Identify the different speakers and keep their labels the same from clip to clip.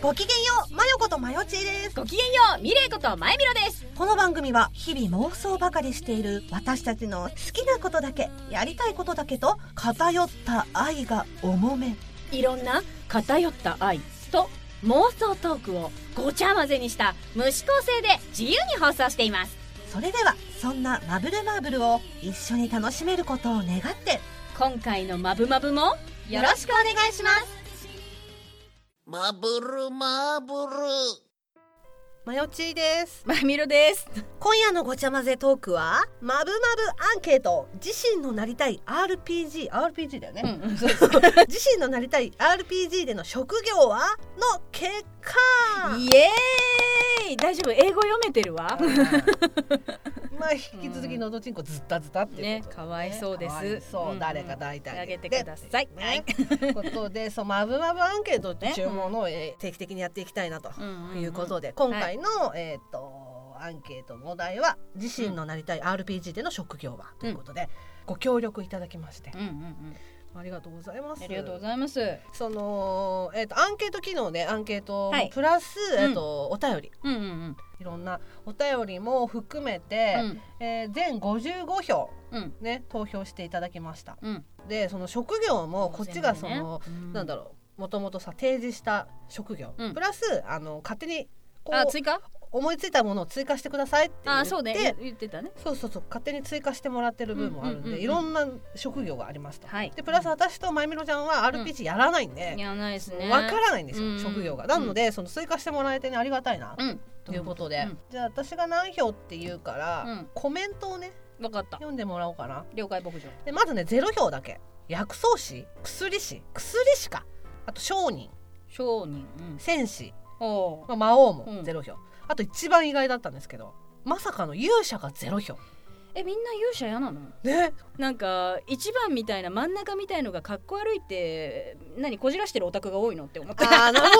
Speaker 1: ごきげんようまよことまよちーです
Speaker 2: ごきげんようミレイことまえみろです
Speaker 1: この番組は日々妄想ばかりしている私たちの好きなことだけやりたいことだけと偏った愛が重め
Speaker 2: いろんな偏った愛と妄想トークをごちゃ混ぜにした無指向性で自由に放送しています
Speaker 1: それではそんなマブルマーブルを一緒に楽しめることを願って
Speaker 2: 今回のまぶまぶもよ
Speaker 1: よ
Speaker 2: ろ
Speaker 1: ろ
Speaker 2: し
Speaker 1: し
Speaker 2: く
Speaker 1: く
Speaker 2: お
Speaker 1: お
Speaker 2: 願いします
Speaker 3: マブルマブル
Speaker 1: まよちーです
Speaker 2: まみろです
Speaker 1: 今夜のごちゃ混ぜトークはマブマブアンケート自身のなりたい RPG RPG だよね、
Speaker 2: うんうんそう
Speaker 1: 自身のなりたい RPG での職業はの結果
Speaker 2: イエーイ大丈夫英語読めてるわ
Speaker 1: まあ引き続きのどちんこずったずたっていうこと
Speaker 2: ねかわいそうです
Speaker 1: かわいそう
Speaker 2: うんうん
Speaker 1: 誰か抱いてあげて
Speaker 2: あげてください
Speaker 1: ってうねことでそのマブマブアンケートっていうものをえー定期的にやっていきたいなということで今回のえーっとアンケートのお題は自身のなりたい RPG での職業はということでご協力いただきまして
Speaker 2: うんうんうん
Speaker 1: ありがとうございます
Speaker 2: ありがとうございますう
Speaker 1: そのえーっとアンケート機能ねアンケート
Speaker 2: はい
Speaker 1: プラス
Speaker 2: ん
Speaker 1: えーっとお便り
Speaker 2: んうんうん
Speaker 1: いろんなお便りも含めて、
Speaker 2: うん
Speaker 1: えー全55票、
Speaker 2: うん
Speaker 1: ね、投票していただきました
Speaker 2: うん
Speaker 1: でその職業もこっちがその、
Speaker 2: 全部ね
Speaker 1: なんだろうもともとさ提示した職業、
Speaker 2: うん
Speaker 1: プラスあの勝手にこ
Speaker 2: あ
Speaker 1: う
Speaker 2: 追加
Speaker 1: 思いついたものを追加してくださいって言って
Speaker 2: あそうね言ってたね
Speaker 1: そうそうそう勝手に追加してもらってる分もあるんで、
Speaker 2: うんうんうんうん
Speaker 1: いろんな職業がありました、
Speaker 2: はい
Speaker 1: でプラス私とまゆみろちゃんは RPG やらないんで、
Speaker 2: いやないですね
Speaker 1: わからないんですよ、
Speaker 2: うん
Speaker 1: 職業がなので、その追加してもらえてねありがたいな
Speaker 2: うん
Speaker 1: ということで、
Speaker 2: うん
Speaker 1: じゃあ私が何票って言うから、
Speaker 2: うん
Speaker 1: コメントをね
Speaker 2: わかった
Speaker 1: 読んでもらおうかな
Speaker 2: 了解牧場
Speaker 1: でまずねゼロ票だけ薬草師薬師薬師かあと商人
Speaker 2: 商人うん
Speaker 1: 戦士、
Speaker 2: おー
Speaker 1: まあ、魔王
Speaker 2: うん
Speaker 1: もゼロ票、あと一番意外だったんですけどまさかの勇者がゼロ票
Speaker 2: えみんな勇者嫌なの
Speaker 1: ね
Speaker 2: なんか一番みたいな真ん中みたいのがかっこ悪いって何こじらしてるオタクが多いのって思っ
Speaker 1: あ
Speaker 2: た
Speaker 1: ーなるほどね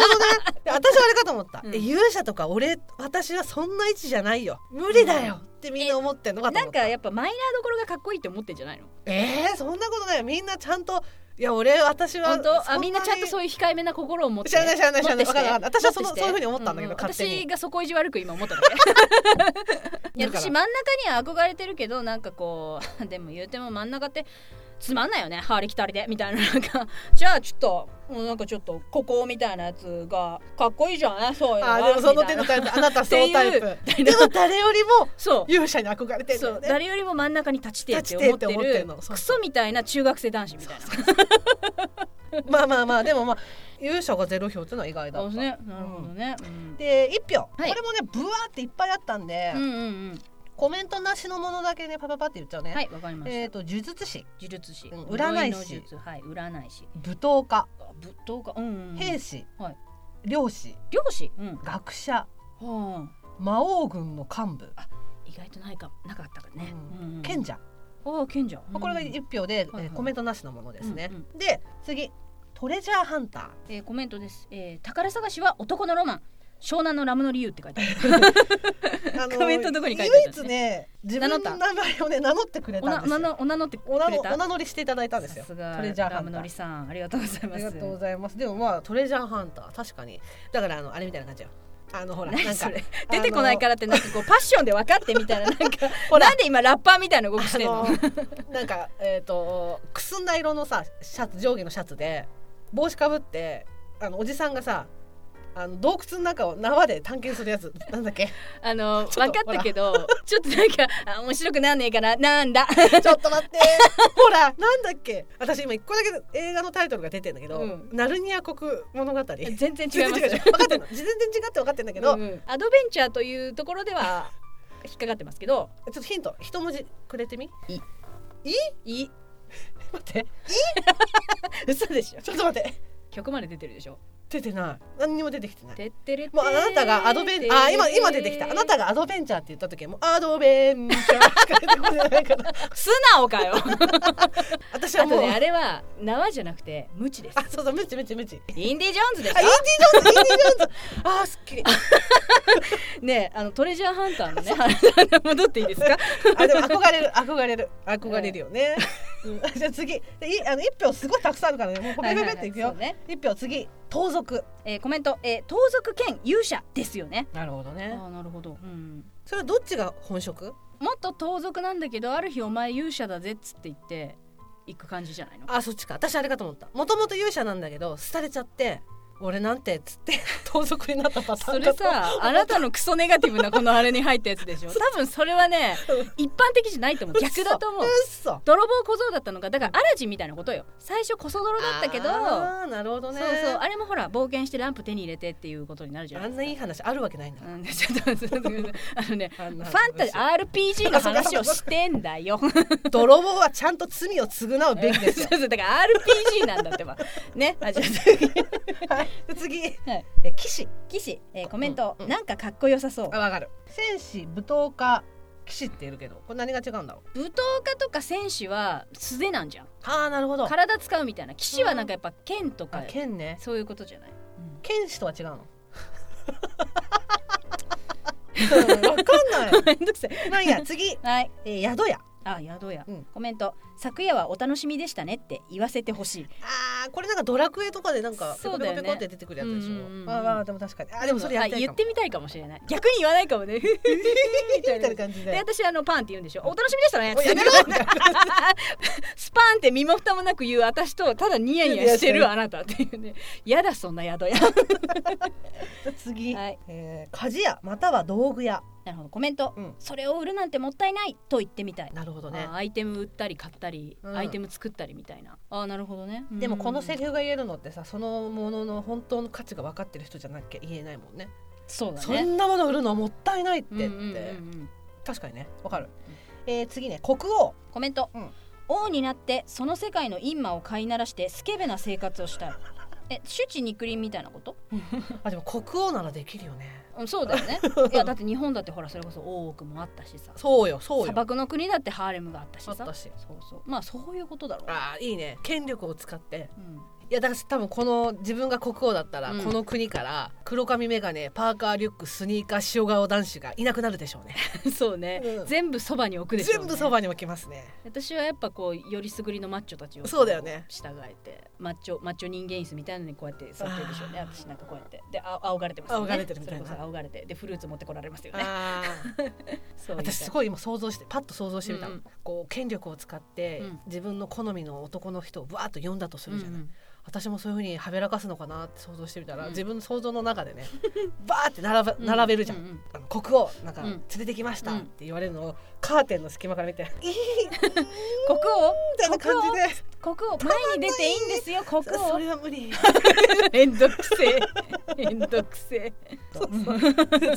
Speaker 1: 私はあれかと思った、
Speaker 2: うん
Speaker 1: え勇者とか俺私はそんな位置じゃないよ無理だよってみんな思ってんのかと
Speaker 2: な
Speaker 1: 思
Speaker 2: ん
Speaker 1: った
Speaker 2: かやっぱマイナーどころがかっこいいって思ってんじゃないの
Speaker 1: えー、そんなことないよみんなちゃんといや俺私は
Speaker 2: 本当あみんなちゃんと
Speaker 1: う
Speaker 2: そういう控えめな心を持って
Speaker 1: 知らない知らない知らない
Speaker 2: 持ってして
Speaker 1: わかんない私はその
Speaker 2: 持ってして
Speaker 1: そういうふうに思ったんだけど
Speaker 2: う
Speaker 1: 勝手に
Speaker 2: 私がそこ意地悪く今思っただけいや
Speaker 1: だから
Speaker 2: 私真ん中には憧れてるけどなんかこう でも言うても真ん中ってつまんないよねありきたりでみたいななんかじゃあちょっともうなんかちょっとここみたいなやつがかっこいいじゃないそういうの
Speaker 1: あ
Speaker 2: は
Speaker 1: ーでもその手
Speaker 2: みた
Speaker 1: のタイ
Speaker 2: いな
Speaker 1: プあなたはそのタイプ
Speaker 2: っていう
Speaker 1: でも誰よりも
Speaker 2: そう
Speaker 1: 勇者に憧れてるんだ
Speaker 2: そ
Speaker 1: よ
Speaker 2: う
Speaker 1: ね
Speaker 2: 誰よりも真ん中に立ちてえって思っ
Speaker 1: 立
Speaker 2: て
Speaker 1: ちてえって思って
Speaker 2: る
Speaker 1: んのそう
Speaker 2: クソみたいな中学生男子みたいなそう
Speaker 1: まあまあまあでもまあ勇者がゼロ票っていうのは意外だ
Speaker 2: で
Speaker 1: っ
Speaker 2: す
Speaker 1: た
Speaker 2: ねなるほどね、うん
Speaker 1: で1票、
Speaker 2: はい
Speaker 1: これもねぶわーっていっぱいあったんで、
Speaker 2: うんうん
Speaker 1: コメントなしのものだけねパパパって言っちゃう
Speaker 2: う
Speaker 1: ね、
Speaker 2: んはいわかりました、
Speaker 1: えっ、と呪術師
Speaker 2: 呪術師、
Speaker 1: うん占い師
Speaker 2: 呪の術はい占い師
Speaker 1: 舞踏家
Speaker 2: あぶどうかうん、うん、
Speaker 1: 兵士、
Speaker 2: はい
Speaker 1: 漁師
Speaker 2: 漁師うん
Speaker 1: 学者
Speaker 2: は
Speaker 1: 魔王軍の幹部、
Speaker 2: あ意外とないかなかったからね、
Speaker 1: う
Speaker 2: うんんうん、
Speaker 1: 賢者、
Speaker 2: ああ賢者、
Speaker 1: まあこれが1票で、えー
Speaker 2: はいはい
Speaker 1: コメントなしのものですね、
Speaker 2: うんう
Speaker 1: で次トレジャーハンター
Speaker 2: えー、コメントです、えー、宝探しは男のロマン湘南のラムの理由って書いてある
Speaker 1: あの
Speaker 2: コメントどこに書いてあったん
Speaker 1: 唯一
Speaker 2: です
Speaker 1: ね自分
Speaker 2: 名乗
Speaker 1: の
Speaker 2: った
Speaker 1: 名前をね名乗ってくれ
Speaker 2: お
Speaker 1: た
Speaker 2: なん
Speaker 1: です
Speaker 2: おな
Speaker 1: よ
Speaker 2: おなのってく
Speaker 1: お名
Speaker 2: れ
Speaker 1: 乗
Speaker 2: た
Speaker 1: お名乗りしていただいたんですよ
Speaker 2: さすが
Speaker 1: トレジャーハ
Speaker 2: ラム
Speaker 1: ンタ
Speaker 2: のり
Speaker 1: ー
Speaker 2: さんありがとうござい
Speaker 1: あ
Speaker 2: ます
Speaker 1: りがとうございますでもまあトレジャーハンター確かにだからあのあれみたいな感じよあのほらなん
Speaker 2: 何
Speaker 1: か
Speaker 2: それ
Speaker 1: あの
Speaker 2: 出てこないからってなんかこうパッションで分かってみたいななんか
Speaker 1: ほら
Speaker 2: なんで今ラッパーみたいな動きし
Speaker 1: あ
Speaker 2: てん
Speaker 1: の
Speaker 2: の
Speaker 1: なんかえっ、とくすんだ色のさシャツ上下のシャツで帽子かぶってあのおじさんがさあの洞窟の中を縄で探検するやつなんだっけ
Speaker 2: あの
Speaker 1: ちょっ
Speaker 2: 分
Speaker 1: と
Speaker 2: かったけどちょっとなんかあ面白くなんねえかなな んだ
Speaker 1: ちょっと待って ほらなんだっけ私今一個だけ映画のタイトルが出てんだけど、
Speaker 2: うん
Speaker 1: ナルニア国物語
Speaker 2: 全然違
Speaker 1: 全
Speaker 2: います
Speaker 1: 然違う分かってんの全然違って分かってんだけど、
Speaker 2: うん
Speaker 1: ちょ
Speaker 2: うんアドベンチャーというところでは引っかかってますけ ど
Speaker 1: っとヒント一文字くれてみ
Speaker 2: い
Speaker 1: 待って
Speaker 2: 嘘でしょ
Speaker 1: ちょっと待って
Speaker 2: 曲まで出てるでしょ
Speaker 1: 出てない何にも出てきてない
Speaker 2: てってれて
Speaker 1: もうあなたがアドベンあ今今出てきたあなた
Speaker 2: が
Speaker 1: がアドベンチャーって言った時はもうアドベンチャーしか出てこない から
Speaker 2: 素直かよ
Speaker 1: 私は
Speaker 2: あ
Speaker 1: もう
Speaker 2: とねあれは縄じゃなくて無知です
Speaker 1: あそうそうムチムチムチ
Speaker 2: インディ・ジョーンズでし
Speaker 1: あインディ・ジョーンズインディ・ジョーンズあーすっきり
Speaker 2: ょねあのトレジャーハンターのね話戻っていいですか
Speaker 1: あでも憧れる憧れる憧れるよね、うん、じゃあ次でいあの一票すごいたくさんあるからねもうペペペペっていくよ、
Speaker 2: はははそうね
Speaker 1: 一票次盗賊
Speaker 2: えーコメント、えー盗賊兼勇者ですよね
Speaker 1: なるほど
Speaker 2: あ
Speaker 1: ね
Speaker 2: ーなるほど、うん、
Speaker 1: それはどっちが本職
Speaker 2: もっと盗賊なんだけどある日お前勇者だぜっつって言って行く感じじゃないの
Speaker 1: あそっちか私あれかと思ったもともと勇者なんだけど廃れちゃって俺なんてっつって盗賊になったパター
Speaker 2: そ
Speaker 1: ンか
Speaker 2: れ
Speaker 1: と
Speaker 2: さあなたのクソネガティブなこのあれに入ったやつでしょ多分それはね一般的じゃないと思う逆だと思う
Speaker 1: うっそ
Speaker 2: 泥棒小僧だったのがだからアラジンみたいなことよ最初こそ泥だったけど
Speaker 1: あーなるほど
Speaker 2: そう
Speaker 1: ね
Speaker 2: そうあれもほら冒険してランプ手に入れてっていうことになるじゃ
Speaker 1: あ
Speaker 2: ない
Speaker 1: ん
Speaker 2: で
Speaker 1: ないい
Speaker 2: すか
Speaker 1: 話あるわけないんだ、
Speaker 2: うん、ちょっと待ってあのね
Speaker 1: あん
Speaker 2: フ
Speaker 1: な
Speaker 2: ァ
Speaker 1: 話
Speaker 2: ンタジー RPG の話をしてんだ よ
Speaker 1: 泥棒はちゃんと罪を償うべきです よ
Speaker 2: そうそうだから RPG なんだってばねあじゃあ次
Speaker 1: はい次、
Speaker 2: はい
Speaker 1: え騎士
Speaker 2: 騎士、えーコメント、
Speaker 1: うんうん
Speaker 2: なんかかっこよさそう
Speaker 1: あわかる戦士武闘家騎士っているけどこれ何が違うんだろう
Speaker 2: 武闘家とか戦士は素手なんじゃん
Speaker 1: ああなるほど
Speaker 2: 体使うみたいな騎士はなんかやっぱ剣とか、
Speaker 1: あ剣ね
Speaker 2: そういうことじゃない、
Speaker 1: 剣士とは 違うのうんわかんない
Speaker 2: めんどくさい
Speaker 1: まあいいや次、
Speaker 2: はい
Speaker 1: えー、宿屋
Speaker 2: あ宿屋、
Speaker 1: うん
Speaker 2: コメント昨夜はお楽しみでしたねって言わせてほしい
Speaker 1: あーこれなんかドラクエとかでなんかペ
Speaker 2: そ
Speaker 1: コ
Speaker 2: うだ
Speaker 1: ペコ
Speaker 2: よね
Speaker 1: ペコって出てくるやつでしょ、
Speaker 2: うんうんうんうん
Speaker 1: あーまあでも確かにあーでもそれやりたい
Speaker 2: 言
Speaker 1: か
Speaker 2: っ
Speaker 1: も
Speaker 2: てみたいかもしれない逆に言わないかも ねみたい
Speaker 1: みた
Speaker 2: ない
Speaker 1: な感じ
Speaker 2: で
Speaker 1: で
Speaker 2: 私あのパンって言うんでしょお楽しみでしたね
Speaker 1: おやめろみたいな
Speaker 2: スパンって身も蓋もなく言う私とただニヤニヤしてるあなたっていうねやだそんな宿屋
Speaker 1: 次、
Speaker 2: はい
Speaker 1: えー鍛冶屋または道具屋
Speaker 2: なるほどコメント、
Speaker 1: うん
Speaker 2: それを売るなんてもったいないと言ってみたい
Speaker 1: なるほどね
Speaker 2: あアイテム売ったり買ったり、
Speaker 1: うん
Speaker 2: アイテム作ったりみたいなあーなるほどね
Speaker 1: でもこのセ
Speaker 2: フ
Speaker 1: リフが言えるのってさそのものの本当の価値が分かってる人じゃなきゃ言えないもんね
Speaker 2: そうだ
Speaker 1: そ
Speaker 2: ね
Speaker 1: んなもの売るのもったいないってって、
Speaker 2: うんうんうんうん
Speaker 1: 確かにねわかる、えー、次ね国 王
Speaker 2: コメント、
Speaker 1: うん
Speaker 2: 王になってその世界の陰魔を飼いならしてスケベな生活を したいえ周知肉林みたいなこと
Speaker 1: あでも国王ならできるよね
Speaker 2: うんそうだよ ねいやだって日本だってほらそれこそ大奥もあったしさ
Speaker 1: そうよそう
Speaker 2: 砂
Speaker 1: よ
Speaker 2: 漠の国だってハーレムがあったしさ
Speaker 1: あったし
Speaker 2: そうそうまあそういうことだろうね、
Speaker 1: あーいいね権力を使って
Speaker 2: うん、
Speaker 1: いやだから多分この自分が国王だったら、
Speaker 2: うん
Speaker 1: この国から黒髪メガネパーカーリュックスニーカー塩顔男子がいなくなるでしょうね
Speaker 2: そうね、
Speaker 1: うん
Speaker 2: 全部そばに置くでしょう、
Speaker 1: 全
Speaker 2: ね、
Speaker 1: 部そばに置きますね
Speaker 2: 私はやっぱこうよりすぐりのマッチョたちを
Speaker 1: そうだよね
Speaker 2: 従えてマッチョマッチョ人間椅子みたいなのにこうやって座ってるでしょうね
Speaker 1: あー
Speaker 2: 私なんかこうやってであ仰がれてますよね
Speaker 1: 仰がれてるみたいな
Speaker 2: それこそ仰がれてでフルーツ持ってこられますよね
Speaker 1: あー
Speaker 2: そういう
Speaker 1: 私す
Speaker 2: い
Speaker 1: ごい今想像してパッと想像してみたの、
Speaker 2: うんうん
Speaker 1: こう権力を使って、
Speaker 2: うん
Speaker 1: 自分の好みの男の人をバーッと呼んだとす
Speaker 2: う
Speaker 1: る
Speaker 2: ん
Speaker 1: じゃない、私もそういう風にはべらかすのかなって想像してみたら、
Speaker 2: うん
Speaker 1: 自分の想像の中で ねバーって並
Speaker 2: う
Speaker 1: べ
Speaker 2: ん
Speaker 1: 並べるじゃん。
Speaker 2: ううう
Speaker 1: あの国王なんか
Speaker 2: うん
Speaker 1: 連れてきました
Speaker 2: う
Speaker 1: っ
Speaker 2: ん
Speaker 1: て言われるのをカーテンの隙間から見て、いいみ
Speaker 2: 国王
Speaker 1: たいな感じで
Speaker 2: 国王前に出ていいんですよ国
Speaker 1: そ
Speaker 2: 王
Speaker 1: れは無 理
Speaker 2: めんどくせえ めんどくせ え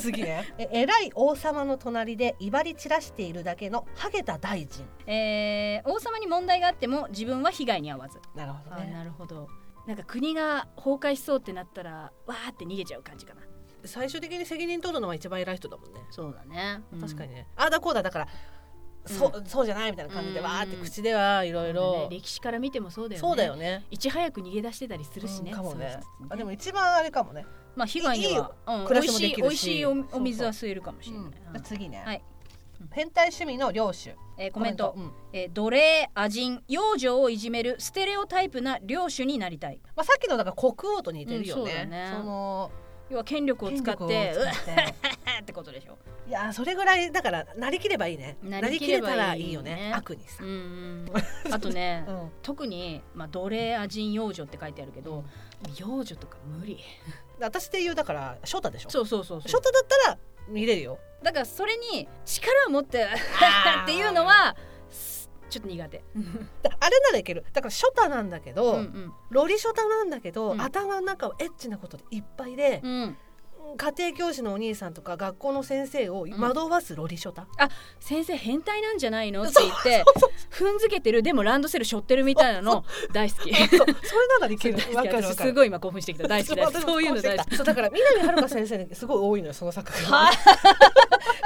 Speaker 1: 次ねえ偉い王様の隣で威張り散らしているだけのハゲた大臣
Speaker 2: えー王様に問題があっても自分は被害に遭わず
Speaker 1: なるほ
Speaker 2: あなるほどなんか国が崩壊しそうってなったらわーって逃げちゃう感じかな
Speaker 1: 最終的に責任取るのは一番偉い人だもんね、
Speaker 2: そうだね、
Speaker 1: 確かにねああだこうだだから、そうそうじゃないみたいな感じで
Speaker 2: うん
Speaker 1: わーって口ではいろいろ
Speaker 2: 歴史から見てもそうだよね
Speaker 1: そうだよね
Speaker 2: いち早く逃げ出してたりするしね、
Speaker 1: うんかもね
Speaker 2: そうそうそ
Speaker 1: あ
Speaker 2: う
Speaker 1: でも一番あれかもね、
Speaker 2: まあ被害に
Speaker 1: いい
Speaker 2: は
Speaker 1: よ、
Speaker 2: うん、
Speaker 1: 暮ら
Speaker 2: 美味
Speaker 1: しも
Speaker 2: し
Speaker 1: で
Speaker 2: い
Speaker 1: き
Speaker 2: 美
Speaker 1: るし
Speaker 2: 味しいお
Speaker 1: そうそう
Speaker 2: お水は吸えるかもしれない、うん
Speaker 1: 次ね、
Speaker 2: はい
Speaker 1: 変態趣味の領主
Speaker 2: えーコメント
Speaker 1: うん
Speaker 2: えー奴隷アジン養女をいじめるステレオタイプな領主になりたい
Speaker 1: まあ、さっきのだから国王と似てるよね,、
Speaker 2: うんそうだね
Speaker 1: の
Speaker 2: 要は権力を使って
Speaker 1: 権力を使って
Speaker 2: うわってことでしょ
Speaker 1: いやーそれぐらいだからなりきればいいね
Speaker 2: なりきればいい
Speaker 1: なりきれた
Speaker 2: ね
Speaker 1: らいいよね悪にさ、
Speaker 2: うんうんあと ね、
Speaker 1: うん
Speaker 2: 特に、まあ、奴隷アジン養女って書いてあるけど、養女とか無理
Speaker 1: 私で言うだから翔太でしょ
Speaker 2: そうそうそうそう
Speaker 1: 翔太だったら見れるよ
Speaker 2: だからそれに力を持って
Speaker 1: あー
Speaker 2: っていうのはすちょっと苦手、
Speaker 1: だあれならいけるだから翔太なんだけど、
Speaker 2: うんうん
Speaker 1: ロリ翔太なんだけど、
Speaker 2: うん
Speaker 1: 頭の中をエッチなことでいっぱいで、
Speaker 2: うん、
Speaker 1: 家庭教師のお兄さんとか学校の先生を
Speaker 2: ん
Speaker 1: 惑わすロリ翔太、
Speaker 2: 先生変態なんじゃないのって言って踏んづけてるでもランドセル背負ってるみたいなの大好き
Speaker 1: そうそれならいける
Speaker 2: 大
Speaker 1: わか
Speaker 2: 好き
Speaker 1: るわ
Speaker 2: 私
Speaker 1: か
Speaker 2: す
Speaker 1: る
Speaker 2: ごい今興奮してきた大好き大好き
Speaker 1: 私も
Speaker 2: そういうの大好き
Speaker 1: そうだから南遥先生にすごい多いのよその作品が。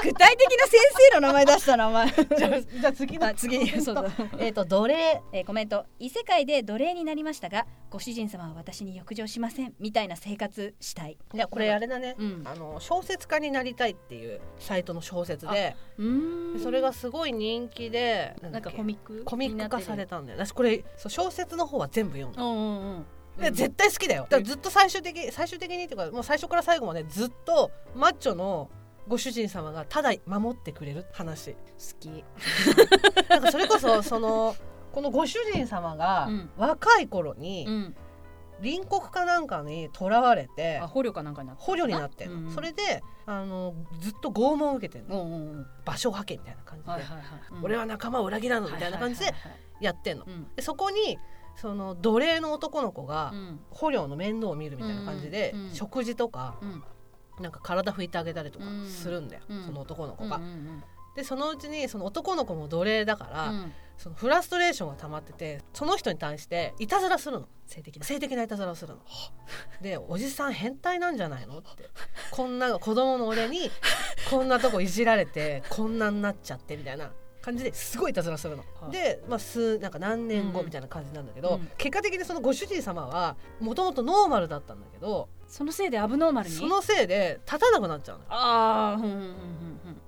Speaker 2: 具体的な先生の名前出したなお前
Speaker 1: じゃあじゃあ次の
Speaker 2: あ次そうだ
Speaker 1: えっと奴隷
Speaker 2: えーコメント異世界で奴隷になりましたがご主人様は私に浴場しませんみたいな生活したい
Speaker 1: いやこれあれだね、
Speaker 2: うん
Speaker 1: あの小説家になりたいっていうサイトの小説で
Speaker 2: うん
Speaker 1: でそれがすごい人気で
Speaker 2: なんかコ
Speaker 1: ミ
Speaker 2: ミック
Speaker 1: コミック化され
Speaker 2: た
Speaker 1: たんだよ私これそう小説の方は全部読んだ
Speaker 2: うんうんうん
Speaker 1: で絶対好きだよだからずっと最終的最終的にっていうかもう最初から最後までずっとマッチョのご主人様がただ守ってくれる話
Speaker 2: 好き
Speaker 1: なんかそれこ そそのこのご主人様が
Speaker 2: うん
Speaker 1: 若い頃
Speaker 2: う
Speaker 1: に
Speaker 2: ん
Speaker 1: 隣国かなんかに囚われて
Speaker 2: あ捕虜かなんかになった
Speaker 1: 捕虜になってんの、
Speaker 2: うん
Speaker 1: それであのずっと拷問を受けてん
Speaker 2: うん
Speaker 1: の
Speaker 2: うんうん
Speaker 1: 場所派遣みたいな感じで、
Speaker 2: はいはいはいうん
Speaker 1: 俺は仲間を裏切らんの
Speaker 2: は
Speaker 1: み
Speaker 2: いは
Speaker 1: たいな感じでやってんの。
Speaker 2: いはいはい
Speaker 1: でそこにその奴隷の男の子が
Speaker 2: うんうん
Speaker 1: 捕虜の面倒を見るみたいな感じで、
Speaker 2: うんうん
Speaker 1: 食事とか
Speaker 2: うん
Speaker 1: なんか体拭いてあげたりとかするんだよ、
Speaker 2: うん
Speaker 1: その男の子が。
Speaker 2: うんうん
Speaker 1: でそのうちにその男の子も奴隷だから、
Speaker 2: うん
Speaker 1: そのフラストレーションが溜まっててその人に対していたずらするの
Speaker 2: 性的な
Speaker 1: 性的ないたずらをするの。でおじさん変態なんじゃないのってこんな子供の俺にこんなとこいじられてこんなになっちゃってみたいな。感じですごいいたずらするの、
Speaker 2: はい
Speaker 1: で、まあ、数なんか何年後みたいな感じなんだけど、
Speaker 2: うん
Speaker 1: 結果的にそのご主人様はもともとノーマルだったんだけど、
Speaker 2: そのせいでアブノーマルに
Speaker 1: そのせいで立たなくなっちゃうのよ
Speaker 2: ああうんうんうん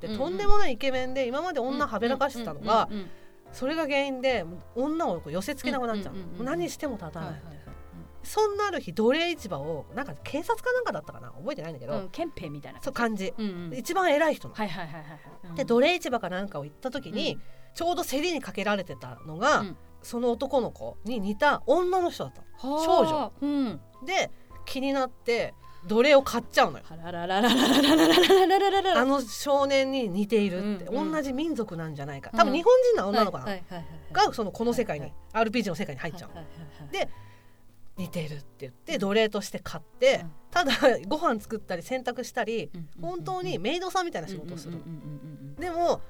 Speaker 1: で、
Speaker 2: うん
Speaker 1: とんでもないイケメンで今まで女はべらかしてたのが、
Speaker 2: うんうんうん
Speaker 1: それが原因でもう女をこう寄せつけなくなっちゃう,、
Speaker 2: うんうんうんうん
Speaker 1: もう何しても立た
Speaker 2: うん
Speaker 1: な
Speaker 2: はい
Speaker 1: い、
Speaker 2: はいはい
Speaker 1: そんなある日奴隷市場をなんか警察かなんかだったかな覚えてないんだけど、
Speaker 2: うん憲兵みたいな
Speaker 1: そう感じ、
Speaker 2: うんうん
Speaker 1: 一番偉い人の、
Speaker 2: はいはいはいはいはい
Speaker 1: で奴隷市場かなんかを行った時に、
Speaker 2: うん
Speaker 1: ちょうど競りにかけられてたのが、
Speaker 2: うん
Speaker 1: その男の子に似た女の人だったの
Speaker 2: 少
Speaker 1: 女
Speaker 2: うん
Speaker 1: で気になって奴隷を買っちゃうのよ
Speaker 2: あららららららららららららら
Speaker 1: あの少年に似ているって、
Speaker 2: うんうん
Speaker 1: 同じ民族なんじゃないか
Speaker 2: うん
Speaker 1: 多分日本人の女の子なの
Speaker 2: はいはいはいはい
Speaker 1: がそのこの世界に、
Speaker 2: はい
Speaker 1: RPG の世界に入っちゃう、
Speaker 2: はいはいはい
Speaker 1: で似てるって言って奴隷として買って、
Speaker 2: うん
Speaker 1: ただご飯作ったり洗濯したり
Speaker 2: うんうんうん
Speaker 1: 本当にメイドさんみたいな仕事をするの、
Speaker 2: うんうんうんうんうん
Speaker 1: でも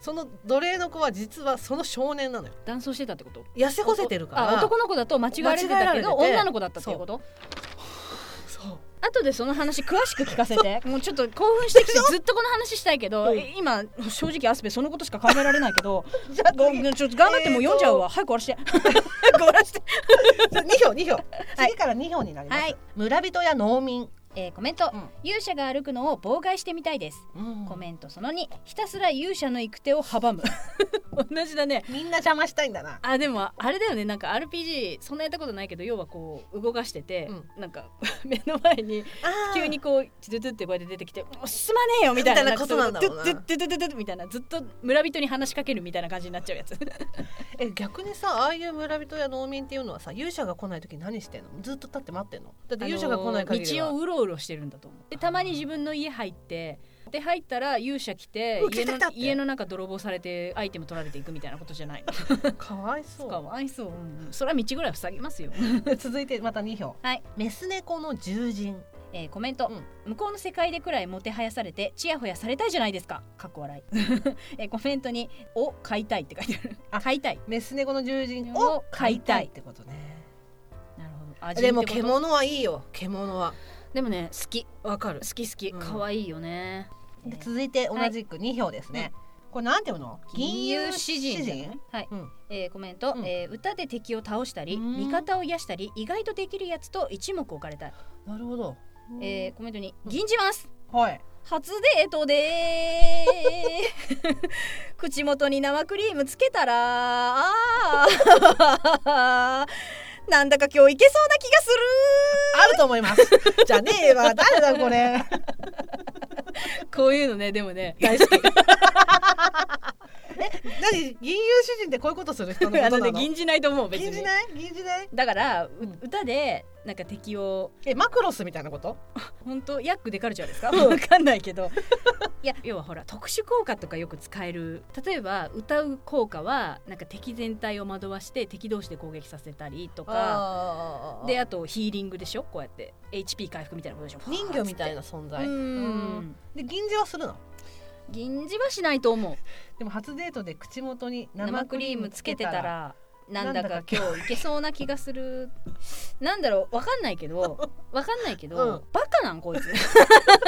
Speaker 1: その奴隷の子は実はその少年なのよ
Speaker 2: 男装してたってこと
Speaker 1: 痩せこせてるから
Speaker 2: あ男の子だと間違われて
Speaker 1: 間違え
Speaker 2: た
Speaker 1: ら
Speaker 2: け
Speaker 1: れてて
Speaker 2: ど女の子だったっていうこと
Speaker 1: そう
Speaker 2: 後でその話詳しく聞かせてもうちょっと興奮してきてずっとこの話したいけど
Speaker 1: うん
Speaker 2: え今正直アスペそのことしか考えられないけど
Speaker 1: じゃあ
Speaker 2: ご
Speaker 1: 次
Speaker 2: ちょっと頑張ってもう読んじゃうわ、早く終わらして終わらして
Speaker 1: 2票2票
Speaker 2: はい
Speaker 1: 次から2票になります、
Speaker 2: はい
Speaker 1: 村人や農民、
Speaker 2: えーコメント、
Speaker 1: うん
Speaker 2: 勇者が歩くのを妨害してみたいですコメントその2ひたすら勇者の行く手を阻む 同じだね
Speaker 1: みんな邪魔したいんだな
Speaker 2: あでもあれだよねなんか RPG そんなやったことないけど要はこう動かしてて、
Speaker 1: う
Speaker 2: なんか 目の前に急にこうチドゥドゥってこうやって出てきて「もう進まねえよ」みたいな
Speaker 1: みたいなことなんだろうな
Speaker 2: ドゥドゥドゥドゥドゥドゥみたいなずっと村人に話しかけるみたいな感じになっちゃうやつ
Speaker 1: え逆にさああいう村人や農民っていうのはさ勇者が来ない時何してんのずっと立って待ってんのだって勇者が来ない限りは、
Speaker 2: あのー道をうろうろしてるんだと思うでたまに自分の家入ってで入ったら勇者来て
Speaker 1: うん
Speaker 2: 家
Speaker 1: 来た
Speaker 2: の
Speaker 1: 来たって
Speaker 2: 家の中泥棒されてアイテム取られていくみたいなことじゃないの
Speaker 1: かわい そう
Speaker 2: かわいそう、うんそれは道ぐらい塞ぎますよ
Speaker 1: 続いてまた2票
Speaker 2: はい、
Speaker 1: メス猫の獣人
Speaker 2: えーコメント、
Speaker 1: うん
Speaker 2: 向こうの世界でくらいもてはやされてちやほやされたいじゃないですかかっこ笑い、 えーコメントに「を買いたい」って書いてある
Speaker 1: あ
Speaker 2: 買いたい
Speaker 1: メス猫の獣人
Speaker 2: を
Speaker 1: を
Speaker 2: 飼
Speaker 1: 飼
Speaker 2: い
Speaker 1: い
Speaker 2: た
Speaker 1: た
Speaker 2: い
Speaker 1: いってことね
Speaker 2: なるほど味
Speaker 1: でも
Speaker 2: ってこと
Speaker 1: 獣はいいよ獣は
Speaker 2: でもね好き
Speaker 1: わかる
Speaker 2: 好き好き
Speaker 1: うん
Speaker 2: 可愛、いよね
Speaker 1: で
Speaker 2: えー
Speaker 1: 続いて同じく2票ですね、これなんていうの
Speaker 2: 銀融詩人じゃないはい、
Speaker 1: うん
Speaker 2: えーコメント、
Speaker 1: うん
Speaker 2: えー歌で敵を倒したり
Speaker 1: うん
Speaker 2: 味方を癒したり意外とできるやつと一目置かれたい、
Speaker 1: なるほど、
Speaker 2: えーコメントに「銀じます
Speaker 1: はい
Speaker 2: 初デートでー 口元に生クリームつけたらあーなんだか今日いけそうな気がす
Speaker 1: あると思います じゃねえわ誰だこれ
Speaker 2: るこういうのねでもね
Speaker 1: 大好 きえ何銀融詩人ってこういうことする人のこと
Speaker 2: あ
Speaker 1: な
Speaker 2: の
Speaker 1: の
Speaker 2: ね銀じないと思う別
Speaker 1: 銀
Speaker 2: に
Speaker 1: じない銀じない
Speaker 2: だから、う
Speaker 1: うん
Speaker 2: 歌でなんか敵を
Speaker 1: えマクロスみたいなこと
Speaker 2: 本当ヤックでカルチャーですかわかんないけ どいや要はほら特殊効果とかよく使える例えば歌う効果はなんか敵全体を惑わして敵同士で攻撃させたりとか
Speaker 1: あ
Speaker 2: であとヒーリングでしょこうやって HP 回復みたいなことでしょ
Speaker 1: 人魚みたい
Speaker 2: な
Speaker 1: な存在
Speaker 2: う
Speaker 1: うん
Speaker 2: ん
Speaker 1: で銀じはするの
Speaker 2: 銀じはしないと思う
Speaker 1: でも初デートで口元に
Speaker 2: 生クリームつけてたらなんだか
Speaker 1: なんだか
Speaker 2: 今日いけそうな気がするなんだろうわかんないけどわかんないけど、
Speaker 1: うん
Speaker 2: バカなんこいつ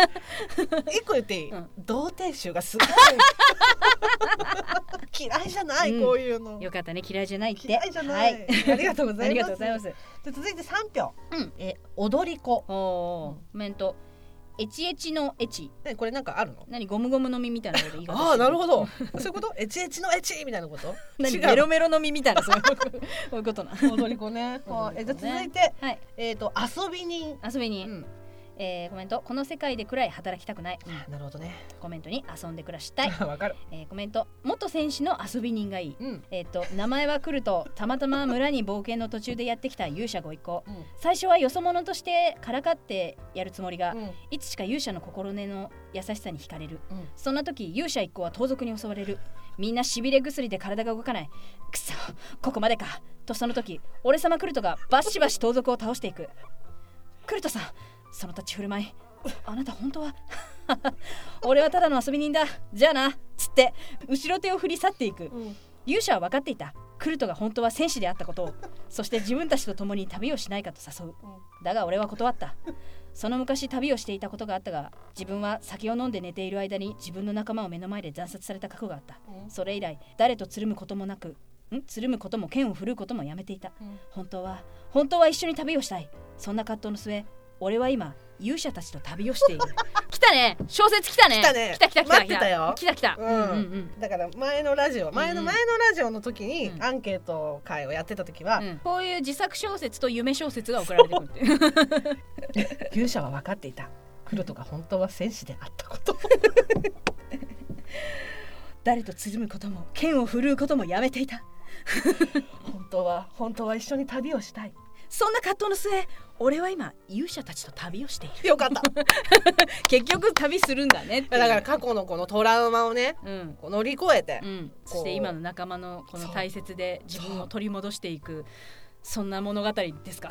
Speaker 1: 一個言っていい、
Speaker 2: うん
Speaker 1: 童貞臭がす ごい嫌いじゃない、
Speaker 2: うん
Speaker 1: こういうの
Speaker 2: よかったね嫌いじゃないって
Speaker 1: 嫌いじゃな、
Speaker 2: はいい、
Speaker 1: ありがとうござ
Speaker 2: あ
Speaker 1: い
Speaker 2: り
Speaker 1: ま
Speaker 2: が
Speaker 1: す
Speaker 2: とうございます
Speaker 1: で続いて三票、
Speaker 2: うん
Speaker 1: え踊り子う
Speaker 2: おー
Speaker 1: ん
Speaker 2: コメントエチエチのエチ
Speaker 1: ねこれなんかあるの
Speaker 2: 何ゴムゴムの実みたいな言い方して
Speaker 1: ああなるほどそういうことエチエチのエチみたいなこと
Speaker 2: 何
Speaker 1: 違う
Speaker 2: メロメロの実みたいなそういうこういうことな
Speaker 1: 踊り子 ね
Speaker 2: 踊
Speaker 1: え
Speaker 2: り
Speaker 1: じゃあ
Speaker 2: 子ね
Speaker 1: 続いて
Speaker 2: はい
Speaker 1: えっ、と遊び人、
Speaker 2: 遊び
Speaker 1: う
Speaker 2: に、
Speaker 1: ん、
Speaker 2: えーコメントこの世界でくらい働きたくない、うん
Speaker 1: なるほどね
Speaker 2: コメントに遊んで暮らしたい、
Speaker 1: わかる
Speaker 2: えーコメント元選手の遊び人がいい
Speaker 1: うん
Speaker 2: えっ、と名前は来るとたまたま村に冒険の途中でやってきた勇者ご一行
Speaker 1: うん
Speaker 2: 最初はよそ者としてからかってやるつもりが、
Speaker 1: うん
Speaker 2: いつしか勇者の心根の優しさに惹かれる、
Speaker 1: うん
Speaker 2: そんな時勇者一行は盗賊に襲われるみんなしびれ薬で体が動かないくそここまでかとその時俺様クルトがバシバシ盗賊を倒していくクルトさんその立ち振る舞いあなた本当は 俺はただの遊び人だじゃあなつって後ろ手を振り去っていく、
Speaker 1: うん
Speaker 2: 勇者は分かっていたクルトが本当は戦士であったことをそして自分たちと共に旅をしないかと誘うだが俺は断ったその昔旅をしていたことがあったが自分は酒を飲んで寝ている間に自分の仲間を目の前で惨殺された過去があった
Speaker 1: うん
Speaker 2: それ以来誰とつるむこともなくんつるむことも剣を振るうこともやめていた
Speaker 1: うん
Speaker 2: 本当は本当は一緒に旅をしたいそんな葛藤の末俺は今勇者たちと旅をしている 来たね小説来たね
Speaker 1: 来たね
Speaker 2: 来た来た来た
Speaker 1: 待ってたよ
Speaker 2: 来た来た
Speaker 1: うん
Speaker 2: うんうん
Speaker 1: だから前のラジオ前の
Speaker 2: うん
Speaker 1: 前のラジオの時に
Speaker 2: うん
Speaker 1: アンケート会をやってた時は、
Speaker 2: うんこういう自作小説と夢小説が送られてくるっていう
Speaker 1: 勇者は分かっていた黒とが本当は戦士であったこと
Speaker 2: 誰とつるむことも剣を振るうこともやめていた
Speaker 1: 本当は本当は一緒に旅をしたい
Speaker 2: そんな葛藤の末俺は今勇者たちと旅をしている
Speaker 1: よかった
Speaker 2: 結局旅するんだねっていう
Speaker 1: だから過去のこのトラウマをね
Speaker 2: うん
Speaker 1: こう乗り越えて
Speaker 2: う、ん、そして今の仲間のこの大切で自分を取り戻していくそんな物語ですか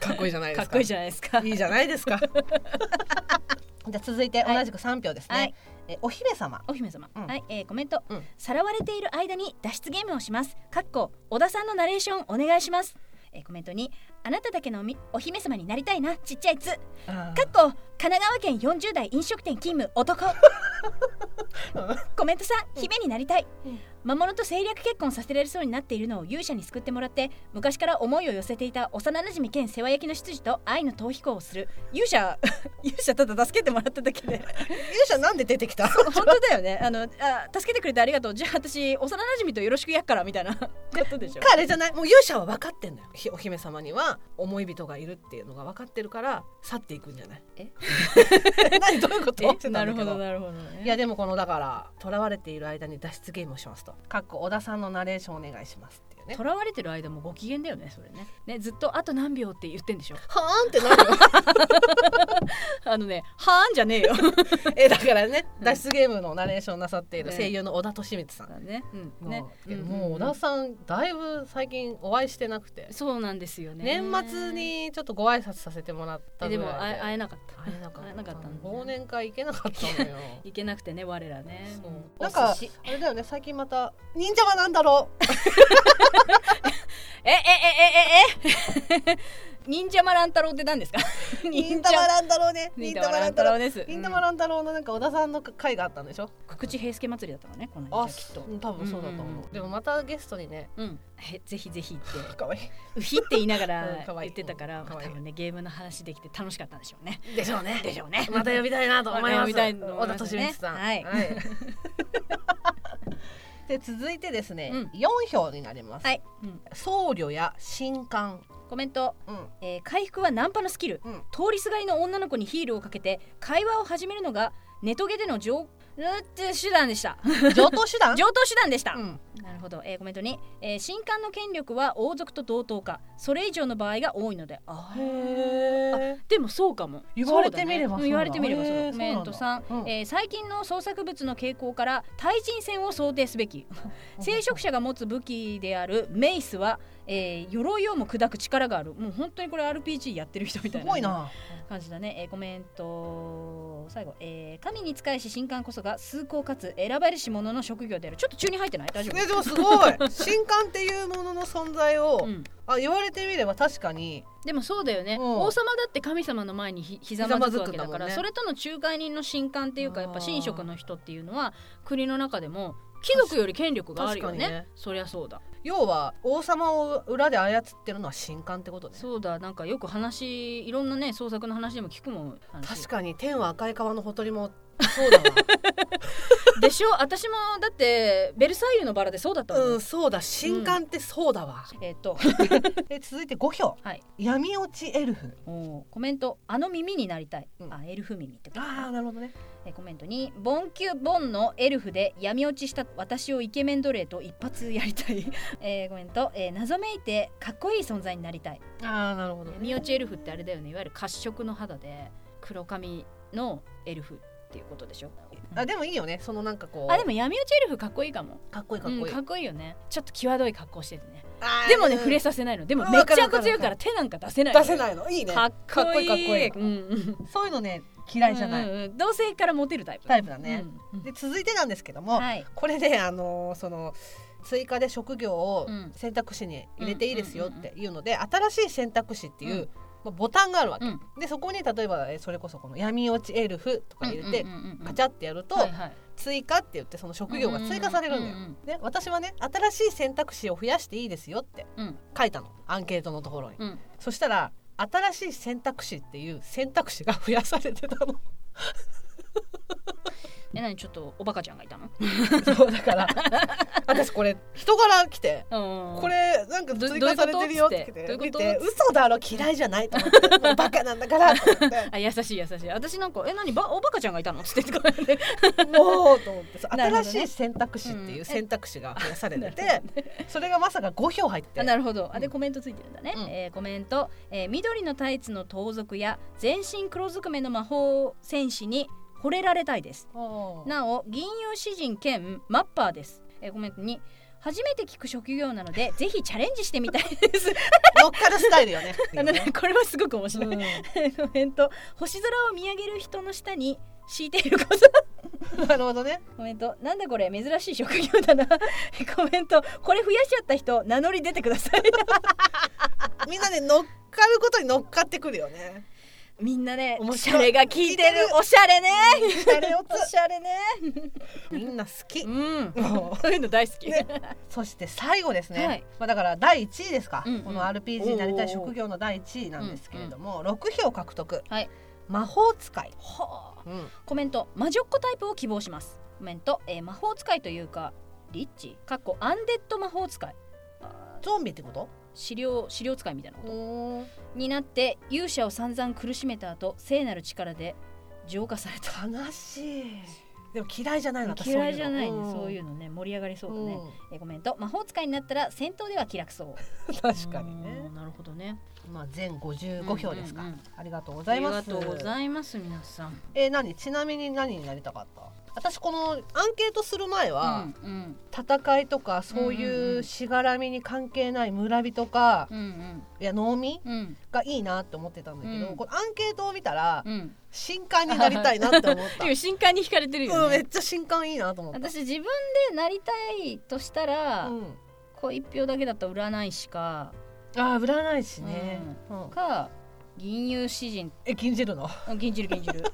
Speaker 1: かっこいいじゃないで
Speaker 2: か
Speaker 1: す
Speaker 2: っ
Speaker 1: か
Speaker 2: こいいじゃないですか
Speaker 1: いいじゃないですか じゃあ続いて同じく3票ですね、
Speaker 2: はい
Speaker 1: えお姫様
Speaker 2: お姫様、
Speaker 1: うん
Speaker 2: はい、えーコメント、
Speaker 1: うん
Speaker 2: さらわれている間に脱出ゲームをしますかっこ小田さんのナレーションお願いしますえーコメントにあなただけのおみお姫様になりたいなちっちゃいつかっこ神奈川県40代飲食店勤務 男コメントさん姫になりたい、
Speaker 1: うん
Speaker 2: 魔物と政略結婚させられそうになっているのを勇者に救ってもらって昔から思いを寄せていた幼なじみ兼世話焼きの執事と愛の逃避行をする勇者 勇者ただ助けてもらっただけで
Speaker 1: 勇者なんで出てきた
Speaker 2: 本当だよねあのあ助けてくれてありがとうじゃあ私幼なじみとよろしくやっからみたいな ことでしょ
Speaker 1: かあれじゃないもう勇者は分かってんだよひお姫様には思い人がいるっていうのが分かってるから去っていくんじゃない
Speaker 2: え
Speaker 1: 何どういうこと
Speaker 2: えなるほどなるほど、ね、
Speaker 1: いやでもこのだから囚われている間に脱出ゲームをしますとかっこ小田さんのナレーションお願いしますっていうね
Speaker 2: 囚われてる間もご機嫌だよねそれねねずっとあと何秒って言ってんでしょ
Speaker 1: はーんってなる よ
Speaker 2: あのねはーんじゃねえ よ
Speaker 1: えだからね
Speaker 2: うん
Speaker 1: 脱出ゲームのナレーションなさっている
Speaker 2: ね
Speaker 1: 声優の小田敏光さん
Speaker 2: ね、 うん、ね
Speaker 1: もうもう小田
Speaker 2: す
Speaker 1: さんだいぶ最近お会いしてなくて、
Speaker 2: そうなんですよね
Speaker 1: 年末にちょっとご挨拶させてもらった
Speaker 2: え
Speaker 1: ぐ
Speaker 2: で
Speaker 1: らい
Speaker 2: も
Speaker 1: で
Speaker 2: 会え会えなかっ
Speaker 1: 会えなか
Speaker 2: 会え
Speaker 1: っ
Speaker 2: なか
Speaker 1: た
Speaker 2: ったんだ
Speaker 1: 忘年会行けなかったの よ
Speaker 2: たいけなくてね我らね
Speaker 1: そう
Speaker 2: もう
Speaker 1: なんか
Speaker 2: お寿司
Speaker 1: あれだよね最近また忍者はなんだろ う
Speaker 2: ええええええ 忍者マラン太郎って何ですか
Speaker 1: 忍者はなんだろうね
Speaker 2: 忍者マラン太郎です
Speaker 1: 忍者はなんだろうのなんか小田さんの会があったんでしょ
Speaker 2: 福地平助祭りだったのねこの
Speaker 1: あ
Speaker 2: 間きっと
Speaker 1: うん多分そうだと思う、
Speaker 2: うんうんうん
Speaker 1: でもまたゲストにね
Speaker 2: うんえぜひぜひって
Speaker 1: かわい
Speaker 2: うひって言いなが
Speaker 1: うん
Speaker 2: ら
Speaker 1: かわい
Speaker 2: 言
Speaker 1: い
Speaker 2: ってたから
Speaker 1: うんか
Speaker 2: ま
Speaker 1: わ
Speaker 2: あ
Speaker 1: いい
Speaker 2: 多分ねゲームの話できて楽しかったんでしょうね
Speaker 1: いでしょうね
Speaker 2: でしょうね
Speaker 1: また呼びたいなと思います
Speaker 2: また呼びたいと思
Speaker 1: 小
Speaker 2: い
Speaker 1: 田
Speaker 2: ます
Speaker 1: 敏
Speaker 2: ね
Speaker 1: 光さん
Speaker 2: はい
Speaker 1: で続いてですね、
Speaker 2: うん
Speaker 1: 四票になります、
Speaker 2: はい、うん
Speaker 1: 僧侶や神官
Speaker 2: コメント
Speaker 1: うん
Speaker 2: えー回復はナンパのスキル、
Speaker 1: うん
Speaker 2: 通りすがりの女の子にヒールをかけて会話を始めるのがネトゲでの上うって手段でした
Speaker 1: 上等手段
Speaker 2: 上等手段でした、
Speaker 1: うん
Speaker 2: なるほど、えーコメントに、えー新官の権力は王族と同等かそれ以上の場合が多いのであー
Speaker 1: へえ
Speaker 2: でもそうかも
Speaker 1: 言われてみれば
Speaker 2: そ
Speaker 1: そうだ
Speaker 2: うだね言われてみればそう
Speaker 1: へー
Speaker 2: コメントさん
Speaker 1: そうなんだうん
Speaker 2: えー最近の創作物の傾向から対人戦を想定すべき聖職者が持つ武器であるメイスは、えー鎧をも砕く力があるもう本当にこれ RPG やってる人みた
Speaker 1: す
Speaker 2: いな
Speaker 1: ごいな
Speaker 2: 感じだね、えーコメント最後、えー神に仕えし神官こそが崇高かつ選ばれし者の職業であるちょっと中に入ってない大丈
Speaker 1: えでもすごい 神官っていうものの存在を、
Speaker 2: 夫、うん、
Speaker 1: あ言われてみれば確かに
Speaker 2: でもそうだよね
Speaker 1: うん
Speaker 2: 王様だって神様の前にひひざまずくわけだ
Speaker 1: ひざまずくんだ
Speaker 2: から
Speaker 1: もんね
Speaker 2: それとの仲介人の神官っていうかやっぱ神職の人っていうのは国の中でも貴族より権力があるよね
Speaker 1: 確かにね
Speaker 2: そりゃそうだ
Speaker 1: 要は王様を裏で操ってるのは神官ってことね
Speaker 2: そうだなんかよく話いろんなね創作の話でも聞くもん
Speaker 1: 確かに天は赤い川のほとりもそうだわ
Speaker 2: にでしょ私もだってベルサイユのバラで そうだったもん、
Speaker 1: うん、そうだ新刊ってそうだわ、
Speaker 2: えっ、と
Speaker 1: え続いて5票、
Speaker 2: はい
Speaker 1: 闇落ちエルフ
Speaker 2: おーコメント「あの耳になりたい」
Speaker 1: うん
Speaker 2: あエルフ耳ってこと
Speaker 1: ああなるほどね
Speaker 2: えーコメントに「ボンキュボンのエルフで闇落ちした私をイケメン奴隷と一発やりたい」 えーコメント、えー謎めいてかっこいい存在になりたい」
Speaker 1: ああなるほど
Speaker 2: 闇落ちエルフってあれだよねいわゆる褐色の肌で黒髪のエルフっていうことでしょ
Speaker 1: あでもいいよねそのなんかこう
Speaker 2: あでも闇落ちエルフかっこいいかも
Speaker 1: かっこいいかっ
Speaker 2: うん
Speaker 1: こいい、
Speaker 2: かっこいいよねちょっと際どい格好しててね
Speaker 1: あー
Speaker 2: でもね
Speaker 1: うん
Speaker 2: 触れさせないのでも
Speaker 1: うん
Speaker 2: めっちゃ
Speaker 1: わかるわかる
Speaker 2: 強いから手なんか出せない
Speaker 1: 出せないのいいね
Speaker 2: かっこいい
Speaker 1: かっこいいかっこ
Speaker 2: うんうん
Speaker 1: そういうのね嫌いじゃない、
Speaker 2: うんうんうん同性からモテるタイプ
Speaker 1: タイプだね、
Speaker 2: うんうん
Speaker 1: で続いてなんですけども、
Speaker 2: はい
Speaker 1: これであのーその追加で職業を
Speaker 2: うん
Speaker 1: 選択肢に入れていいですよ
Speaker 2: うん
Speaker 1: っていうので新しい選択肢っていう、
Speaker 2: うん
Speaker 1: まあボタンがあるわけ、
Speaker 2: うん
Speaker 1: でそこに例えばえーそれこそこの闇落ちエルフとか入れて
Speaker 2: うんうんうんうん
Speaker 1: カチャってやると、
Speaker 2: はいはい
Speaker 1: 追加って言ってその職業が追加されるんだよ
Speaker 2: うんうんうん。
Speaker 1: で私はね新しい選択肢を増やしていいですよって
Speaker 2: うん
Speaker 1: 書いたのアンケートのところに。
Speaker 2: うん
Speaker 1: そしたら新しい選択肢っていう選択肢が増やされてたの。
Speaker 2: え何ちょっとおバカちゃんが いたの
Speaker 1: そうだから私これ人柄来て。こ
Speaker 2: こ
Speaker 1: れなんか
Speaker 2: ど
Speaker 1: 追加されてるよって来
Speaker 2: どうい
Speaker 1: て
Speaker 2: うこと
Speaker 1: 見
Speaker 2: どうい
Speaker 1: て
Speaker 2: うこ
Speaker 1: 嘘だろ嫌いじゃないと思ってもうバカなんだ からと思って
Speaker 2: あ優しい優しい私なんか「え何ばおバカちゃんがいたの?」つってこうや って
Speaker 1: もうと思ってそう
Speaker 2: なるほ
Speaker 1: 新
Speaker 2: ど
Speaker 1: し
Speaker 2: ね
Speaker 1: い選択肢っていううん選択肢が増やされて
Speaker 2: なる
Speaker 1: てそれがまさか5票入って
Speaker 2: あなるほどあ
Speaker 1: う
Speaker 2: で
Speaker 1: ん
Speaker 2: コメントついてるんだね、
Speaker 1: うん
Speaker 2: えーコメント、えー緑のタイツの盗賊や全身黒ずくめの魔法戦士に惚れられたいです
Speaker 1: おー
Speaker 2: なお銀融詩人兼マッパーです、えーコメントに初めて聞く職業なのでぜひチャレンジしてみたいです
Speaker 1: ロッカルスタイルよ ね。
Speaker 2: あのねこれはすごく面白い、
Speaker 1: うん
Speaker 2: コメント星空を見上げる人の下に敷いていること
Speaker 1: なるほどね。
Speaker 2: コメントなんだこれ珍しい職業だな コメントこれ増やしちゃった人名乗り出てくだ さい
Speaker 1: みんなね乗っかることに乗っかってくるよね。
Speaker 2: みんなね
Speaker 1: 面
Speaker 2: おし
Speaker 1: 白
Speaker 2: ゃ
Speaker 1: い
Speaker 2: れが効いて
Speaker 1: 効いて
Speaker 2: るおしゃれね
Speaker 1: あれを
Speaker 2: おしゃれね
Speaker 1: みんな好き。
Speaker 2: ん
Speaker 1: も
Speaker 2: そういうの大好き、
Speaker 1: ねそして最後ですね。
Speaker 2: はい
Speaker 1: まあだから第1位ですか。
Speaker 2: うんうん
Speaker 1: この RPG になりたい職業の第1位なんですけれども、六6票獲得。
Speaker 2: はい
Speaker 1: 魔法使い。
Speaker 2: はあ
Speaker 1: うん。
Speaker 2: コメント魔女っ子タイプを希望しますコメント、えー魔法使いというかリッチかっこアンデッド魔法使い
Speaker 1: ゾンビってこと？
Speaker 2: 資料資料使いみたいなことになって勇者を散々苦しめた後聖なる力で浄化された
Speaker 1: 悲しい。でも嫌いじゃないの。私
Speaker 2: 嫌いじゃないねそういううのね盛り上がりそうだ
Speaker 1: の
Speaker 2: ね、えーコメント魔法使いになったら戦闘では気楽そう
Speaker 1: うん確かにね
Speaker 2: う。んなるほどね
Speaker 1: まあ全55票ですか
Speaker 2: うんうんうん。
Speaker 1: ありがとうご
Speaker 2: あ
Speaker 1: ざい
Speaker 2: り
Speaker 1: ま
Speaker 2: が
Speaker 1: す。
Speaker 2: とうございます皆さん
Speaker 1: えー、何ちなみに何になりたかった私このアンケートする前は、
Speaker 2: うん
Speaker 1: 戦いとかそうい
Speaker 2: んうん
Speaker 1: う
Speaker 2: う
Speaker 1: うんしがらみに関係ない村人か、
Speaker 2: うんうん
Speaker 1: いや農民
Speaker 2: うんうん
Speaker 1: がいいなって思ってたんだけど、
Speaker 2: うん
Speaker 1: このアンケートを見たら
Speaker 2: うん
Speaker 1: 新刊になりたいなって思った、
Speaker 2: いう新刊に惹かれてる
Speaker 1: う
Speaker 2: よ
Speaker 1: ん、めっ
Speaker 2: ね
Speaker 1: ちゃ新刊いいなと思った、
Speaker 2: 私自分でなりたいとしたら、
Speaker 1: うん、
Speaker 2: こう一票だけだったら占い師か
Speaker 1: あー占い師ね、うん
Speaker 2: か銀融詩 人
Speaker 1: え禁じるの
Speaker 2: あ銀じる銀じる、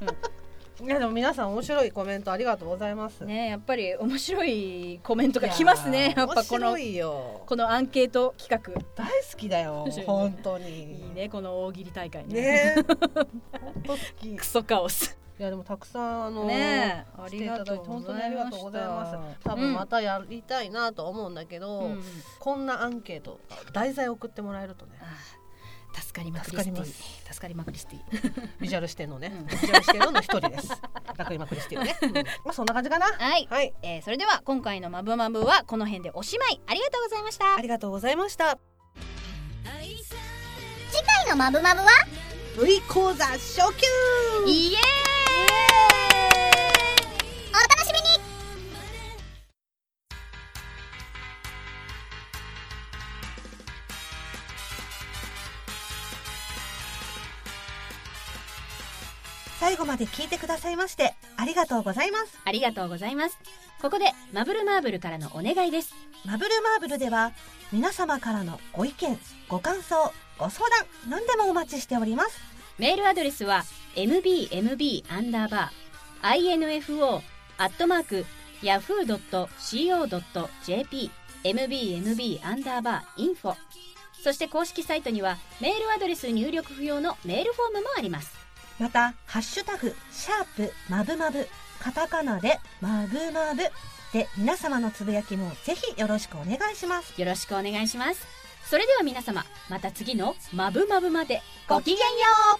Speaker 1: いやでも皆さん面白いコメントありがとうございます、
Speaker 2: うん、ねやっぱり面白いコメントが来ますね
Speaker 1: い
Speaker 2: や
Speaker 1: や
Speaker 2: っ
Speaker 1: ー
Speaker 2: ぱこの
Speaker 1: 面白いよ
Speaker 2: このアンケート企画
Speaker 1: 大好きだよ
Speaker 2: 面白いね
Speaker 1: 本当に
Speaker 2: いいねこの大喜利大会ね
Speaker 1: ねえ本当好き
Speaker 2: クソカオス
Speaker 1: いやでもたくさんあの
Speaker 2: ねえ
Speaker 1: 来ていただいて本当にありがとうござい
Speaker 2: ありがとうござ
Speaker 1: ま
Speaker 2: いまし
Speaker 1: す
Speaker 2: た
Speaker 1: 多分またやりたいなと思うんだけど、
Speaker 2: うん
Speaker 1: こんなアンケート題材送ってもらえる とね
Speaker 2: あー助かりまくりステ
Speaker 1: 助か
Speaker 2: ィ
Speaker 1: りま
Speaker 2: 助かりまくりスティ
Speaker 1: ビジュアルしてんのね、
Speaker 2: うん
Speaker 1: ビジュアルしてんのの一人です楽にまくりしてるね、うんまあそんな感じかな
Speaker 2: はい、
Speaker 1: はい
Speaker 2: えーそれでは今回の「まぶまぶ」はこの辺でおしまいありがとうございました
Speaker 1: ありがとうございました
Speaker 4: 次回の「まぶまぶは」
Speaker 1: V 講座初級
Speaker 2: イエーイ
Speaker 4: お楽しみに
Speaker 1: 最後まで聞いてくださいましてありがとうございます
Speaker 2: ありがとうございますここでマブルマーブルからのお願いです
Speaker 1: マブルマーブルでは皆様からのご意見ご感想ご相談何でもお待ちしております
Speaker 2: メールアドレスは mbmb アンダーバー info アットマーク yahoo.co.jp mbnb アンダーバーインフォそして公式サイトにはメールアドレス入力不要のメールフォームもあります
Speaker 1: また、ハッシュタグ、シャープ、まぶまぶ、カタカナで、まぶまぶで、皆様のつぶやきもぜひよろしくお願いします。
Speaker 2: よろしくお願いしますそれでは皆様また次の「まぶまぶ」までごきげんよう